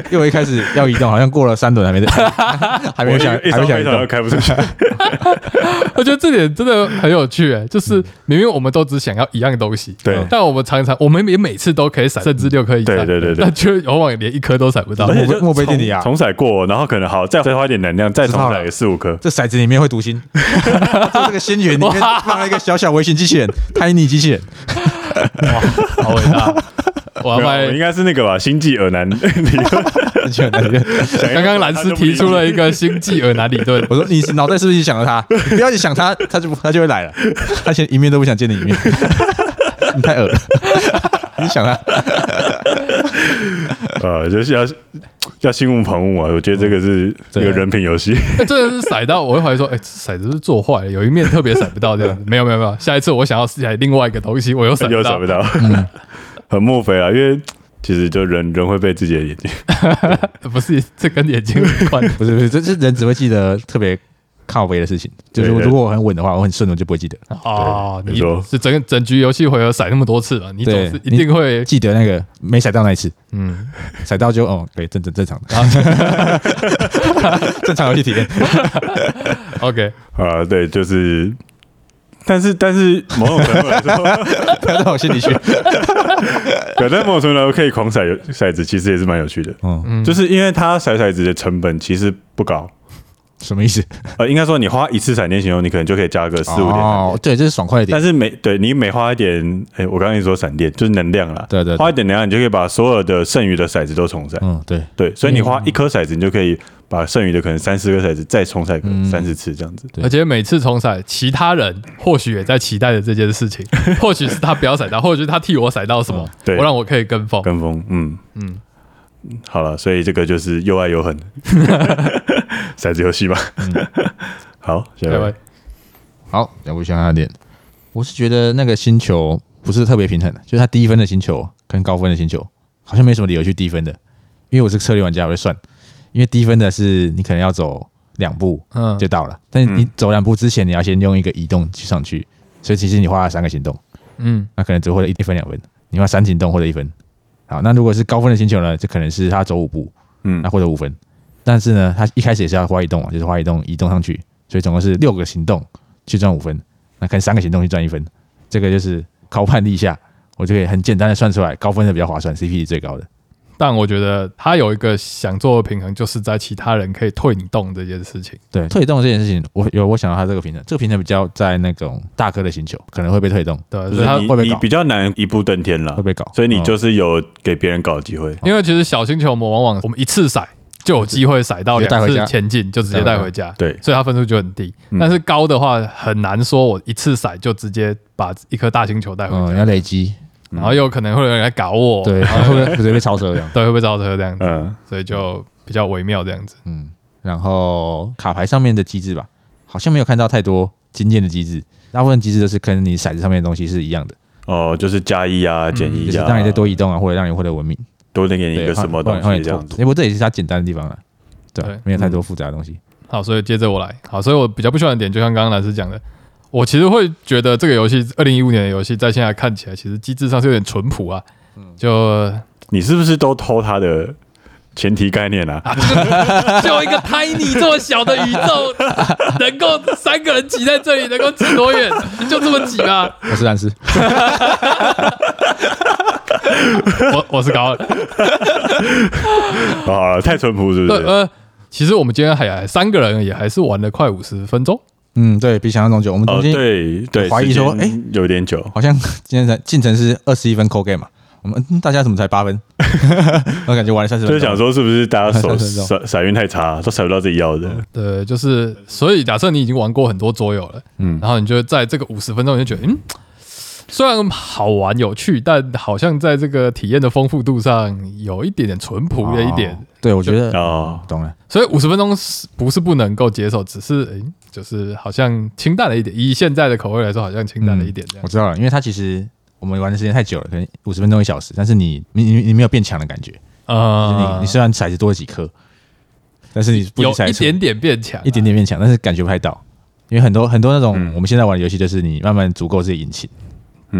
Speaker 3: 又一开始要移动，好像过了三轮还没 还
Speaker 1: 我
Speaker 3: 没
Speaker 1: 一
Speaker 3: 想
Speaker 1: 一
Speaker 3: 还
Speaker 1: 张
Speaker 3: 没想
Speaker 1: 飞船
Speaker 3: 移
Speaker 1: 都
Speaker 3: 动。
Speaker 1: 开不出 去。
Speaker 2: 我觉得这点真的很有趣、欸，就是明明我们都只想要一样东西，
Speaker 1: 嗯对
Speaker 2: 但我们常常我们也每次都可以闪，甚至六颗以上，
Speaker 1: 对对对对
Speaker 2: 但却往往连一颗都闪不 到
Speaker 1: 而。且
Speaker 3: 墓碑
Speaker 1: 就
Speaker 3: 墓碑地理
Speaker 1: 重
Speaker 3: 啊
Speaker 1: 重骰过，然后可能好再再花一点能量，再重
Speaker 3: 知道
Speaker 1: 骰
Speaker 3: 了
Speaker 1: 个四五颗。
Speaker 3: 这骰子里面会读心，这个仙云里面放了一个小小微型机器人，tiny 机器人，
Speaker 2: 哇，好伟大！我要
Speaker 1: 没有我应
Speaker 2: 卖。
Speaker 1: 该是那个吧，星际尔 南理论。
Speaker 3: 机器人来着。
Speaker 2: 刚刚蓝斯提出了一个星际尔南理 论，
Speaker 3: 我说你脑袋是不是想了他？你不要去想他，他就不他就会来了。他现在一面都不想见你一面， 你太恶了。你想他，
Speaker 1: 呃，就是要要心无旁骛啊！我觉得这个是一
Speaker 3: 嗯对
Speaker 1: 个人品游戏。
Speaker 2: 欸真的是甩到我会怀疑说，哎、这骰子是做坏了，有一面特别甩不到这样子。没有没有没有，下一次我想要甩另外一个东西，我又 甩
Speaker 1: 又
Speaker 2: 不
Speaker 1: 找
Speaker 2: 到
Speaker 1: 不。到，
Speaker 3: 嗯
Speaker 1: 很莫非啊，因为其实就人人会被自己的眼睛，
Speaker 2: 不是，这跟眼睛有 关。
Speaker 3: 不是不是，这是人只会记得特别靠背的事情。就是
Speaker 1: 对对
Speaker 3: 如果我很稳的话，我很顺，我就不会记得。
Speaker 2: 哦，
Speaker 1: 对
Speaker 2: 你
Speaker 1: 没错
Speaker 2: 是整个整局游戏回合甩那么多次了，你总
Speaker 3: 对
Speaker 2: 是一定会
Speaker 3: 记得那个没踩到那一次，
Speaker 2: 嗯。
Speaker 3: 踩到就哦，对，正正正常 的，正常游戏体验。
Speaker 2: OK，
Speaker 1: 啊，对，就是，但是但是某种程度来说，
Speaker 3: 不要到我心里去。
Speaker 1: 对，但某种程度来说可以狂甩骰子，其实也是蛮有趣的，
Speaker 3: 嗯，
Speaker 2: 嗯
Speaker 1: 就是因为它骰骰子的成本其实不高，
Speaker 3: 什么意思？
Speaker 1: 呃，应该说你花一次闪电行动，你可能就可以加个四五点。
Speaker 3: 哦，对，这是爽快一点
Speaker 1: 但。是每对你每花一点，哎、我刚刚也说闪电就是能量啦，
Speaker 3: 对对对
Speaker 1: 花一点能量，你就可以把所有的剩余的骰子都重骰，
Speaker 3: 嗯，对，
Speaker 1: 对，所以你花一颗骰子，你就可以把剩余的可能三十个骰子再冲骰
Speaker 3: 嗯
Speaker 1: 个三十次这样子。
Speaker 3: 对
Speaker 2: 而且每次重骰，其他人或许也在期待着这件事 情，或许是他不要骰到，或许是他替我骰到什么，
Speaker 1: 对
Speaker 2: 我让我可以跟风。
Speaker 1: 跟风，嗯
Speaker 2: 嗯
Speaker 1: 嗯，好了，所以这个就是又爱又 恨，骰子游戏吧。
Speaker 3: 嗯
Speaker 1: 好，下一
Speaker 2: 对
Speaker 1: 位，
Speaker 2: 吧？
Speaker 3: 好，要不想他点，我是觉得那个星球不是特别平衡的，就是它低分的星球跟高分的星球好像没什么理由去低分的，因为我是策略玩家，我会算，因为低分的是你可能要走两步
Speaker 2: 嗯
Speaker 3: 就到了，但是你走两步之前你要先用一个移动去上去，所以其实你花了三个行动，
Speaker 2: 嗯
Speaker 3: 那可能只会一一分两分，你花三行动或者一分。好，那如果是高分的星球呢，这可能是他走五步，
Speaker 1: 嗯
Speaker 3: 那，或者五分。但是呢，他一开始也是要花移动嘛，就是花移动移动上去，所以总共是六个行动去赚五分，那看三个行动去赚一分，这个就是高判立下，我就可以很简单的算出来，高分的比较划算，CP 值最高的。
Speaker 2: 但我觉得他有一个想做的平衡，就是在其他人可以退你动这件事情。
Speaker 3: 对，退动这件事情，我有我想到他这个平衡，这个平衡比较在那种大颗的星球可能会被退动，
Speaker 2: 对，
Speaker 1: 就
Speaker 2: 所以他
Speaker 1: 是你
Speaker 3: 会被
Speaker 1: 你
Speaker 3: 搞
Speaker 1: 比较难一步登天了
Speaker 3: 会，被哦搞，
Speaker 1: 所以你
Speaker 3: 嗯
Speaker 1: 就是有给别人搞的机会。
Speaker 2: 因为其实小星球魔王网，我们一次骰就有机会骰到
Speaker 3: 直接带
Speaker 2: 两
Speaker 3: 回家
Speaker 2: 次前进，就直接带回家。
Speaker 1: 对
Speaker 2: 所以它分数就很低。
Speaker 1: 嗯
Speaker 2: 但是高的话很难说，我一次骰就直接把一颗大星球带回
Speaker 3: 嗯
Speaker 2: 家，
Speaker 3: 要累积，
Speaker 2: 然后又可能会有人来搞我，
Speaker 3: 对，
Speaker 2: 然后
Speaker 3: 会不会会被超车这样？
Speaker 2: 对，会不会造车这样子？
Speaker 1: 嗯，
Speaker 2: 所以就比较微妙这样子。
Speaker 3: 嗯，然后卡牌上面的机制吧，好像没有看到太多经验的机制，大部分机制都是跟你骰子上面的东西是一样的，
Speaker 1: 哦，就是加一啊，减一
Speaker 3: 嗯就是
Speaker 1: 啊，
Speaker 3: 让你再多移动啊，或者让你获得文明，
Speaker 1: 多给你一
Speaker 3: 对，
Speaker 1: 个什么东西这样
Speaker 3: 哎，
Speaker 1: 子。
Speaker 3: 不过这也是它简单的地方了，对
Speaker 2: 对
Speaker 3: 啊，没有太多复杂的东西。
Speaker 2: 好，所以接着我来。好，所以我比较不喜欢的点，就像刚刚老师讲的，我其实会觉得这个游戏，二零一五年的游戏，在现在看起来，其实机制上是有点淳朴啊。 就
Speaker 1: 你是不是都偷他的前提概念 啊？
Speaker 2: 就一个 tiny 这么小的宇宙，能够三个人挤在这里，能够挤多远？就这么挤吗？
Speaker 3: 我是蓝斯，
Speaker 2: 我我是高二，
Speaker 1: 啊，太淳朴是不
Speaker 2: 对
Speaker 1: 是？
Speaker 2: 呃，其实我们今天还还三个人也还是玩了快五十分钟，
Speaker 3: 嗯，对比想象中久，我们
Speaker 1: 哦，
Speaker 3: 中间
Speaker 1: 对对，
Speaker 3: 怀疑说
Speaker 1: 时间
Speaker 3: 诶
Speaker 1: 有点久，
Speaker 3: 好像今天才进程是二十一分扣 game 嘛，我们嗯大家怎么才 八分？我感觉玩了三十
Speaker 1: 就是
Speaker 3: 分
Speaker 1: 想
Speaker 3: 钟，
Speaker 1: 说是不是大家手
Speaker 3: 三分钟
Speaker 1: 骰骰运太差，都骰不到自己要的。
Speaker 3: 嗯
Speaker 2: 对，就是所以假设你已经玩过很多桌游了，嗯
Speaker 1: 嗯，
Speaker 2: 然后你就在这个五十分钟你就觉得，嗯，虽然好玩有趣，但好像在这个体验的丰富度上有一点点淳朴了一点，
Speaker 3: 哦，对我觉得
Speaker 1: 哦，
Speaker 3: 懂了，
Speaker 2: 所以五十分钟是不是不能够接受，只是诶、就是好像清淡了一点，以现在的口味来说，好像清淡了一点这样
Speaker 3: 我。知道了，因为它其实。我们玩的时间太久了，可能五十分钟一小时，但是你你你你没有变强的感觉，你
Speaker 2: 啊，
Speaker 3: 你虽然骰子多了几颗，但是你不
Speaker 2: 有
Speaker 3: 仅骰
Speaker 2: 一
Speaker 3: 子
Speaker 2: 点点变强啊，
Speaker 3: 一点点变强，但是感觉不太到，因为很多很多那种
Speaker 1: 嗯
Speaker 3: 我们现在玩的游戏，就是你慢慢足够自己引擎，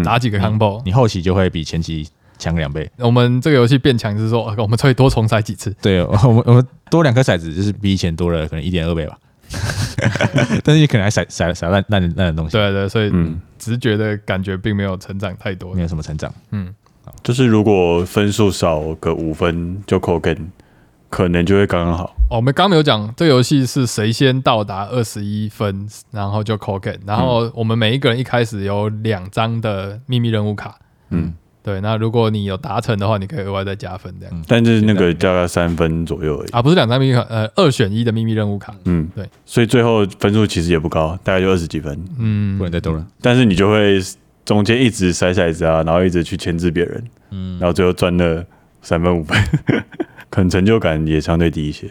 Speaker 2: 打几个 combo，
Speaker 3: 你后期就会比前期强个两倍。
Speaker 2: 我们这个游戏变强是说，呃我们可以多重筛几次。
Speaker 3: 对
Speaker 1: 哦
Speaker 3: 我我们我们多两颗骰子，就是比以前多了可能一点 二倍吧，但是你可能还骰骰骰烂烂烂的东西，
Speaker 2: 对对，所以
Speaker 1: 嗯
Speaker 2: 直觉的感觉并没有成长太多
Speaker 3: 没。有什么成长。
Speaker 1: 嗯就是如果分数少个五分就扣根，可能就会刚刚好。
Speaker 2: 哦，我们刚没有讲这个游戏是谁先到达二十一分，然后就扣 game。然
Speaker 3: 嗯
Speaker 2: 后我们每一个人一开始有两张的秘密任务卡。
Speaker 1: 嗯，
Speaker 2: 对，那如果你有达成的话，你可以额外再加分这样。
Speaker 3: 嗯
Speaker 1: 但是那个大概三分左右而已。
Speaker 2: 啊，不是两张秘密卡，呃，二选一的秘密任务卡。
Speaker 1: 嗯，
Speaker 2: 对，
Speaker 1: 所以最后分数其实也不高，大概就二十几分。
Speaker 2: 嗯
Speaker 3: 不，能再多了，
Speaker 1: 但是你就会中间一直筛骰子啊，然后一直去牵制别人，
Speaker 3: 嗯，
Speaker 1: 然后最后赚了三分五分， 可能成就感也相对低一 些。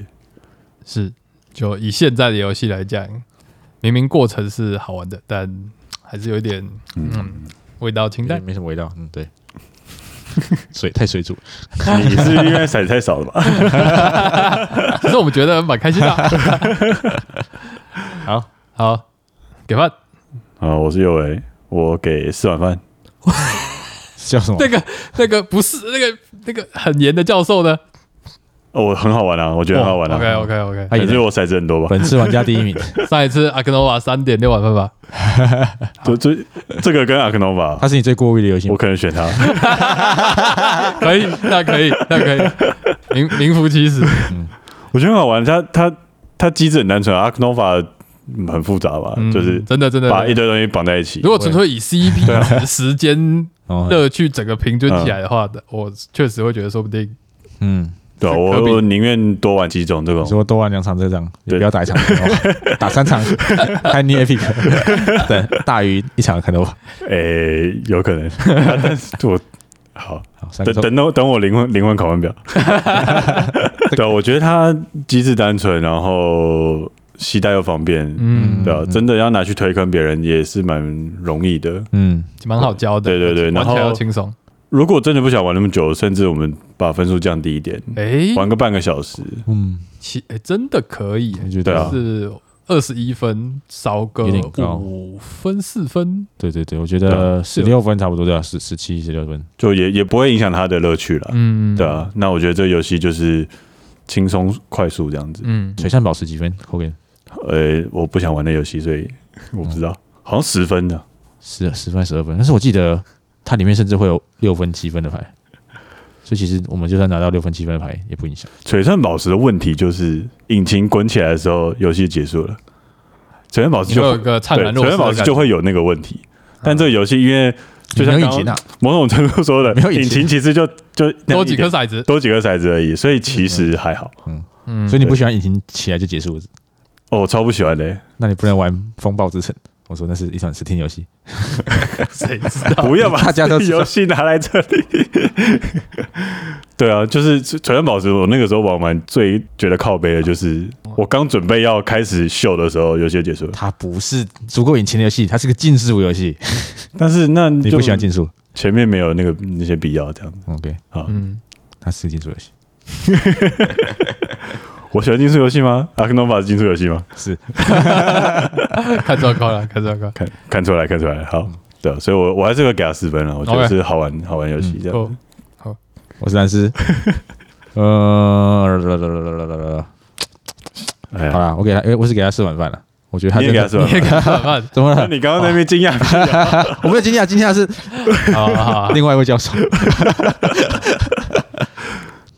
Speaker 2: 是，就以现在的游戏来讲，明明过程是好玩的，但还是有一点嗯味道清淡。
Speaker 3: 没什么味道，嗯，对，水太水煮了，
Speaker 1: 你是因为骰子太少了吧？
Speaker 2: 可是我们觉得蛮开心的啊、
Speaker 3: 好，
Speaker 2: 好，给饭
Speaker 1: 啊，我是佑维，我给四碗饭。
Speaker 3: 叫
Speaker 1: 哦
Speaker 3: 什么
Speaker 2: 那？个那个不是那个那个很严的教授呢？
Speaker 1: 哦，我很好玩啊，我觉得很好玩啊。
Speaker 2: OK OK OK。
Speaker 3: 他
Speaker 1: 可
Speaker 3: 也
Speaker 1: 是
Speaker 3: 是
Speaker 1: 我骰子很多吧？
Speaker 3: 哎本次玩家第一 名，
Speaker 2: 上一次阿克诺瓦三点六碗饭吧，
Speaker 1: 这这这个跟阿克诺瓦
Speaker 3: 他，是你最过誉的游戏
Speaker 1: 我，可能选他。
Speaker 2: 可以，那可以，那可以，名名副其实。
Speaker 1: 我觉得很好玩，它它它机制很单纯啊，Ark Nova 嗯很复杂吧，
Speaker 2: 嗯
Speaker 1: 就是
Speaker 2: 真的真的。
Speaker 1: 把一啊堆东西绑在一起
Speaker 2: 如。果纯粹以 CP 值时间
Speaker 3: 哦，
Speaker 2: 乐趣整个平均起来的话，我确实会觉得说不定
Speaker 3: 嗯，
Speaker 1: 对啊、
Speaker 2: 是科比
Speaker 1: 我我宁愿多玩几种这
Speaker 3: 你
Speaker 1: 种。
Speaker 3: 说多玩两场这仗，也
Speaker 1: 对
Speaker 3: 不要打一场，打三 场，还 n e epic，对， 大于一场可能吧。
Speaker 1: 诶、有可 能，啊但是我好
Speaker 3: 好，三个
Speaker 1: 等等
Speaker 3: 钟
Speaker 1: 等等我灵魂灵魂拷问表。 对啊，我觉得它机制单纯，然后携带又方便，
Speaker 2: 嗯，
Speaker 1: 对啊，真的要拿去推坑别人也是蛮容易的。
Speaker 3: 嗯，
Speaker 2: 蛮好教的，
Speaker 1: 对对对然
Speaker 2: 玩
Speaker 1: 后
Speaker 2: 起来要轻松。
Speaker 1: 如果真的不想玩那么久，甚至我们把分数降低一点，
Speaker 2: 哎，
Speaker 1: 嗯玩个半个小时，
Speaker 3: 嗯，
Speaker 2: 其诶真的可以，
Speaker 3: 我觉
Speaker 1: 对
Speaker 3: 得
Speaker 1: 啊
Speaker 2: 是二十一分，少个
Speaker 3: 有点高
Speaker 2: 五分四分，
Speaker 3: 对对对，我觉
Speaker 1: 啊
Speaker 3: 得十六分差不多对吧？啊十十七、十六分，
Speaker 1: 就也也不会影响它的乐趣了。
Speaker 2: 嗯，
Speaker 1: 对，啊，那我觉得这游戏就是轻松快速这样子。
Speaker 2: 嗯，
Speaker 3: 璀璨宝石几分？扣给
Speaker 1: 呃，我不想玩那游戏，所以我不知
Speaker 2: 嗯
Speaker 1: 道，好像十分啊的。
Speaker 3: 十十分、十二分。但是我记得它里面甚至会有六分、七分的牌，所以其实我们就算拿到六分、七分的牌也不影响。
Speaker 1: 璀璨宝石的问题就是，引擎滚起来的时候，游戏结束了。璀璨宝石
Speaker 2: 你
Speaker 1: 就
Speaker 2: 会
Speaker 1: 会
Speaker 2: 有一个灿
Speaker 1: 对，
Speaker 2: 烂落
Speaker 1: 璀璨宝
Speaker 2: 日
Speaker 1: 石
Speaker 2: 的
Speaker 1: 就
Speaker 2: 感觉
Speaker 1: 会有那个问题。但这个游戏因为就像
Speaker 3: 没有
Speaker 1: 刚
Speaker 3: 引擎啊，
Speaker 1: 某种程度说的
Speaker 3: 没有，引
Speaker 1: 引
Speaker 3: 擎
Speaker 1: 擎其实就就那
Speaker 2: 多
Speaker 1: 一
Speaker 2: 几
Speaker 1: 点
Speaker 2: 颗骰子，
Speaker 1: 多几个骰子而已，所以其实还好。
Speaker 2: 嗯，
Speaker 3: 所以
Speaker 2: 以
Speaker 3: 你不喜欢引擎起来就结束，
Speaker 1: 哦，我超不喜欢的、
Speaker 3: 那你不能玩风暴之城。我说那是一场 Steam 游戏，
Speaker 2: 谁知道？
Speaker 1: 不要把
Speaker 3: 哦大家都知道
Speaker 1: 游戏拿来这里。 对啊，就是《璀璨宝石》，我那个时候玩完最觉得靠背的就是，我刚准备要开始秀的时候，游戏就结束了。
Speaker 3: 它不是足够引擎的游戏，它是个竞速游戏。
Speaker 1: 但是那
Speaker 3: 你
Speaker 1: 你
Speaker 3: 不喜欢竞速
Speaker 1: 前面没有那个那些必要这样子。
Speaker 3: ？OK，
Speaker 2: 嗯，
Speaker 3: 它是竞速游戏，
Speaker 1: 我喜欢竞速游戏吗？阿克诺法是竞速游戏 吗？
Speaker 3: 是
Speaker 2: 看糟糕了，看糟 糕。
Speaker 1: 看看出来，看出来。好，对啊、所以我我还是会给他四分啊了。我觉得
Speaker 2: OK
Speaker 1: 是好玩好玩游戏这
Speaker 3: 嗯
Speaker 1: 样。
Speaker 2: 哦，
Speaker 3: 我是蓝斯。 呃，
Speaker 1: 哎
Speaker 3: 好
Speaker 1: 呀，
Speaker 3: 啦，我给他，因为我是给他吃晚饭了。我觉得他
Speaker 1: 你也
Speaker 3: 真
Speaker 1: 给他四
Speaker 3: 的
Speaker 1: 分
Speaker 2: 你也
Speaker 1: 吧。
Speaker 2: 看怎么办？
Speaker 3: 怎么
Speaker 1: 那
Speaker 3: 了？
Speaker 1: 你刚刚在那边惊讶，
Speaker 3: 我没有惊讶，惊讶是
Speaker 2: 好
Speaker 3: 啊
Speaker 2: 好好，
Speaker 3: 另外一位教授。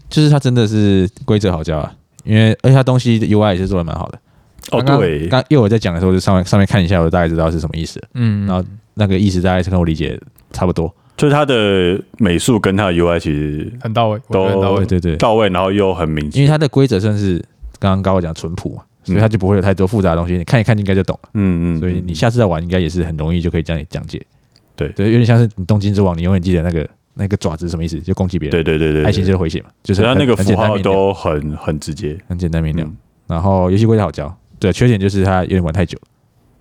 Speaker 3: 就是他真的是规则好教啊，因为而且他东西的 UI 也是做的蛮好的。
Speaker 1: 哦，
Speaker 3: 刚刚
Speaker 1: 对，
Speaker 3: 刚又我在讲的时候，我就上面上面看一下，我大概知道是什么意思了。
Speaker 2: 嗯，
Speaker 3: 然后那个意思大概是跟我理解差不多。
Speaker 1: 就是它的美术跟它的 UI 其实
Speaker 2: 很到位，我觉
Speaker 1: 都
Speaker 2: 得很到
Speaker 3: 对
Speaker 2: 位。
Speaker 3: 对对，
Speaker 1: 到位，然后又很明
Speaker 3: 因
Speaker 1: 显。
Speaker 3: 为它的规则算是刚刚高我讲淳朴嘛，所以它就不会有太多复杂的东西，你看一看就应该就懂了。
Speaker 1: 嗯嗯，
Speaker 3: 所以你下次再玩，应该也是很容易就可以这样讲解。
Speaker 1: 对
Speaker 3: 对，有点像是你东京之王，你永远记得那个那个爪子是什么意思，就攻击别人。
Speaker 1: 对对对对，
Speaker 3: 爱心就是回血嘛，就
Speaker 1: 只
Speaker 3: 是
Speaker 1: 要
Speaker 3: 很
Speaker 1: 那个
Speaker 3: 很
Speaker 1: 符
Speaker 3: 简单
Speaker 1: 号
Speaker 3: 明了，
Speaker 1: 都很很直接。
Speaker 3: 很简单明了
Speaker 1: 嗯。
Speaker 3: 然后游戏规则好教，对，缺点就是它有点玩太久了。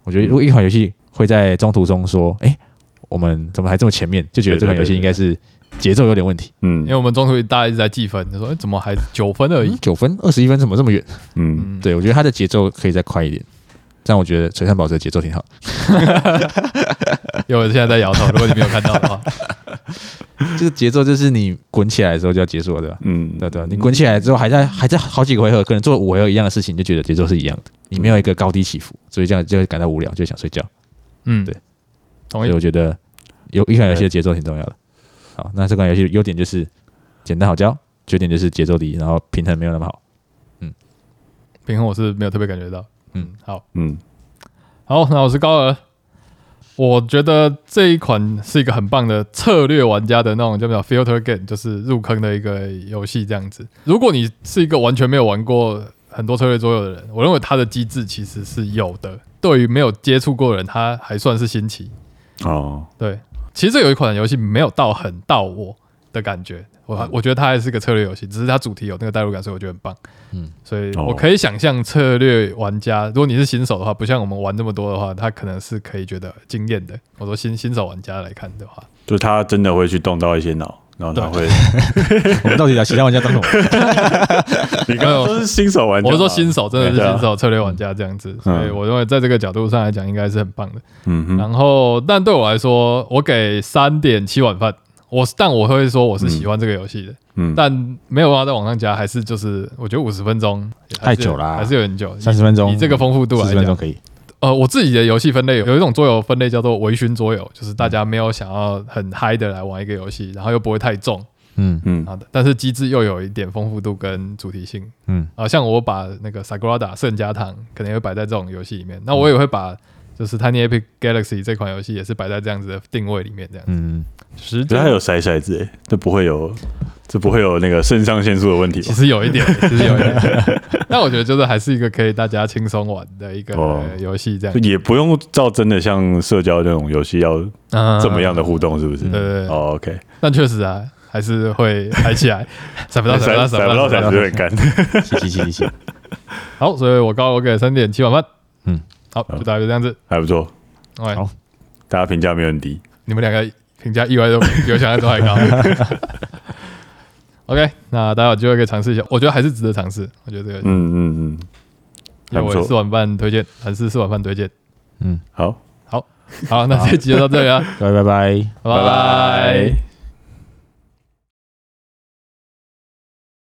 Speaker 3: 我
Speaker 1: 嗯
Speaker 3: 觉得如果一款游戏会在中途中说，哎，我们怎么还这么前面，就觉得这款游戏应该是节奏有点问题。
Speaker 2: 因
Speaker 1: 嗯
Speaker 2: 为我们中途大家一直在计分，就说哎怎么还九分 而已
Speaker 3: 嗯？九分、二十一分，怎么这么远？
Speaker 1: 嗯，
Speaker 2: 嗯，
Speaker 3: 对我觉得它的节奏可以再快一点。这样我觉得璀璨宝石的节奏挺 好。
Speaker 2: 因为我现在在摇头，如果你没有看到的话，
Speaker 3: 这个节奏就是你滚起来的时候就要结束了，对吧？
Speaker 1: 嗯
Speaker 3: 对对，你滚起来之后还在还在好几个回合，可能做五回合一样的事情，你就觉得节奏是一样的，你没有一个高低起伏，所以这样就会感到无聊，就想睡觉。
Speaker 2: 嗯，
Speaker 3: 对，
Speaker 2: 同
Speaker 3: 所
Speaker 2: 意
Speaker 3: 以我。觉得有一款游戏的节奏挺重要的。好，那这款游戏的优点就是简单好教，缺点就是节奏低，然后平衡没有那么 好。
Speaker 2: 平衡我是没有特别感觉到。
Speaker 3: 嗯
Speaker 2: 嗯，好，
Speaker 1: 嗯，
Speaker 2: 好，那我是高尔。我觉得这一款是一个很棒的策略玩家的那种叫做 filter game，就是入坑的一个游戏这样子。如果你是一个完全没有玩过很多策略桌游的人，我认为它的机制其实是有的。对于没有接触过的人，它还算是新奇。
Speaker 1: 哦，
Speaker 2: 对，其实这有一款游戏没有到很到我的感觉，我还我觉得它还是个策略游戏，只是它主题有那个代入感，所以我觉得很棒。
Speaker 3: 嗯
Speaker 2: 嗯，所以
Speaker 1: 哦
Speaker 2: 我可以想象策略玩家，如果你是新手的话，不像我们玩这么多的话，他可能是可以觉得惊艳的。我说新新手玩家来看的话，
Speaker 1: 就是他真的会去动到一些脑，然后他会，
Speaker 3: 我们到底把其他玩家当 什么？
Speaker 1: 你
Speaker 3: 哎
Speaker 1: 刚刚说是新手玩家，
Speaker 2: 我是说新，手真的是
Speaker 1: 对啊
Speaker 2: 新手策略玩家这样子，所以我认为在这个角度上来讲，应该是很棒的。
Speaker 1: 嗯哼，
Speaker 2: 然后，但对我来说，我给三点七碗饭。我但我会说我是喜欢这个游戏的，
Speaker 1: 嗯，
Speaker 2: 但没有办法啊在往上加，还是就是我觉得五十分钟还是
Speaker 3: 太久啦
Speaker 2: 还是有点久。
Speaker 3: 三十分钟，
Speaker 2: 以这个丰富度
Speaker 3: 四
Speaker 2: 来
Speaker 3: 十分钟
Speaker 2: 讲，
Speaker 3: 可以。
Speaker 2: 呃，我自己的游戏分类有一种桌游分类叫做微醺桌游，就是大
Speaker 3: 嗯
Speaker 2: 家没有想要很嗨的来玩一个游戏，然后又不会太重，
Speaker 3: 嗯
Speaker 1: 嗯
Speaker 2: 好的，但是机制又有一点丰富度跟主题性。
Speaker 3: 嗯
Speaker 2: 啊、像我把那个 Sagrada 圣家堂可能也会摆在这种游戏里面，那我也会把就是 Tiny Epic Galaxy 这款游戏也是摆在这样子的定位里面，这样
Speaker 3: 嗯，
Speaker 1: 可
Speaker 2: 时
Speaker 1: 是它
Speaker 2: 间
Speaker 1: 有筛骰子、欸，这不会有，这不会有那个肾上腺素的问题吧
Speaker 2: 其？实有一点，其实有一点，但我觉得就是还是一个可以大家轻松玩的一个
Speaker 1: 哦
Speaker 2: 呃游戏，这样
Speaker 1: 就也不用照真的像社交那种游戏要
Speaker 2: 怎
Speaker 1: 这么样的互动，是不是？
Speaker 2: 对对对，
Speaker 1: 哦，OK，
Speaker 2: 但啊确实啊，还是会嗨起来，闪不到，闪不到，
Speaker 1: 骰
Speaker 2: 闪
Speaker 1: 骰
Speaker 2: 不
Speaker 1: 不
Speaker 2: 到，
Speaker 1: 到
Speaker 2: 闪
Speaker 1: 骰
Speaker 2: 不
Speaker 1: 子
Speaker 2: 到。
Speaker 1: 有点干。
Speaker 3: 嘻嘻嘻嘻嘻，
Speaker 2: 好，所以我高我给三点七碗饭。
Speaker 3: 嗯，
Speaker 2: 好，就大概就这样子。
Speaker 1: 还不错，
Speaker 2: 喂，
Speaker 3: 好
Speaker 1: 大家评价没有很低。
Speaker 2: 你们两个评价意外都比我想象中还高。OK，那大家有机会可以尝试一下，我觉得还是值得尝试。我觉得这个，
Speaker 1: 嗯嗯嗯，
Speaker 2: 因
Speaker 1: 还
Speaker 2: 为
Speaker 1: 不
Speaker 2: 我
Speaker 1: 错
Speaker 2: 四碗饭推荐，韩式四碗饭推荐。
Speaker 1: 好，
Speaker 3: 嗯
Speaker 2: 好，那这一集就到这里了，啊
Speaker 3: 拜拜拜。
Speaker 2: 拜拜。